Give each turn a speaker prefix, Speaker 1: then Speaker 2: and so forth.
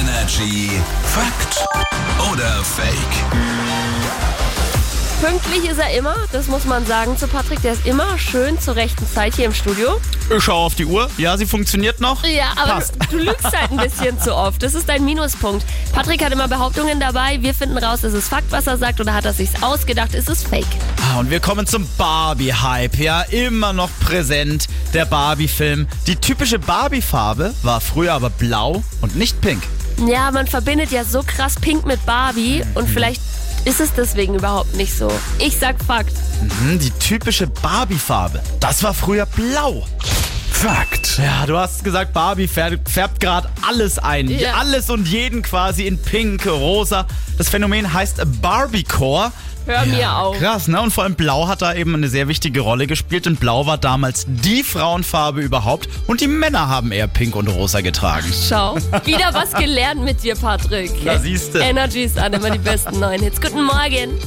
Speaker 1: Energy Fakt oder Fake?
Speaker 2: Pünktlich ist er immer, das muss man sagen zu Patrick. Der ist immer schön zur rechten Zeit hier im Studio.
Speaker 3: Ich schaue auf die Uhr. Ja, sie funktioniert noch.
Speaker 2: Ja, aber
Speaker 3: Passt.
Speaker 2: du, du lügst halt ein bisschen zu oft. Das ist dein Minuspunkt. Patrick hat immer Behauptungen dabei. Wir finden raus, ist es Fakt, was er sagt oder hat er sich's ausgedacht? Ist es Fake?
Speaker 3: Ah, Und wir kommen zum Barbie-Hype. Ja, immer noch präsent, der Barbie-Film. Die typische Barbie-Farbe war früher aber blau und nicht pink.
Speaker 2: Ja, man verbindet ja so krass Pink mit Barbie
Speaker 3: Mhm.
Speaker 2: und vielleicht ist es deswegen überhaupt nicht so. Ich sag Fakt.
Speaker 3: Hm, die typische Barbie-Farbe, das war früher blau.
Speaker 1: Fakt.
Speaker 3: Ja, du hast gesagt, Barbie färbt, färbt gerade alles ein.
Speaker 2: Ja.
Speaker 3: Alles und jeden quasi in pink, rosa. Das Phänomen heißt Barbiecore.
Speaker 2: Hör mir auf.
Speaker 3: Krass, ne? Und vor allem Blau hat da eben eine sehr wichtige Rolle gespielt, denn Blau war damals die Frauenfarbe überhaupt und die Männer haben eher Pink und Rosa getragen.
Speaker 2: Schau. Wieder was gelernt mit dir, Patrick.
Speaker 3: Na, siehste.
Speaker 2: Energy ist an immer die besten neuen Hits. Guten Morgen.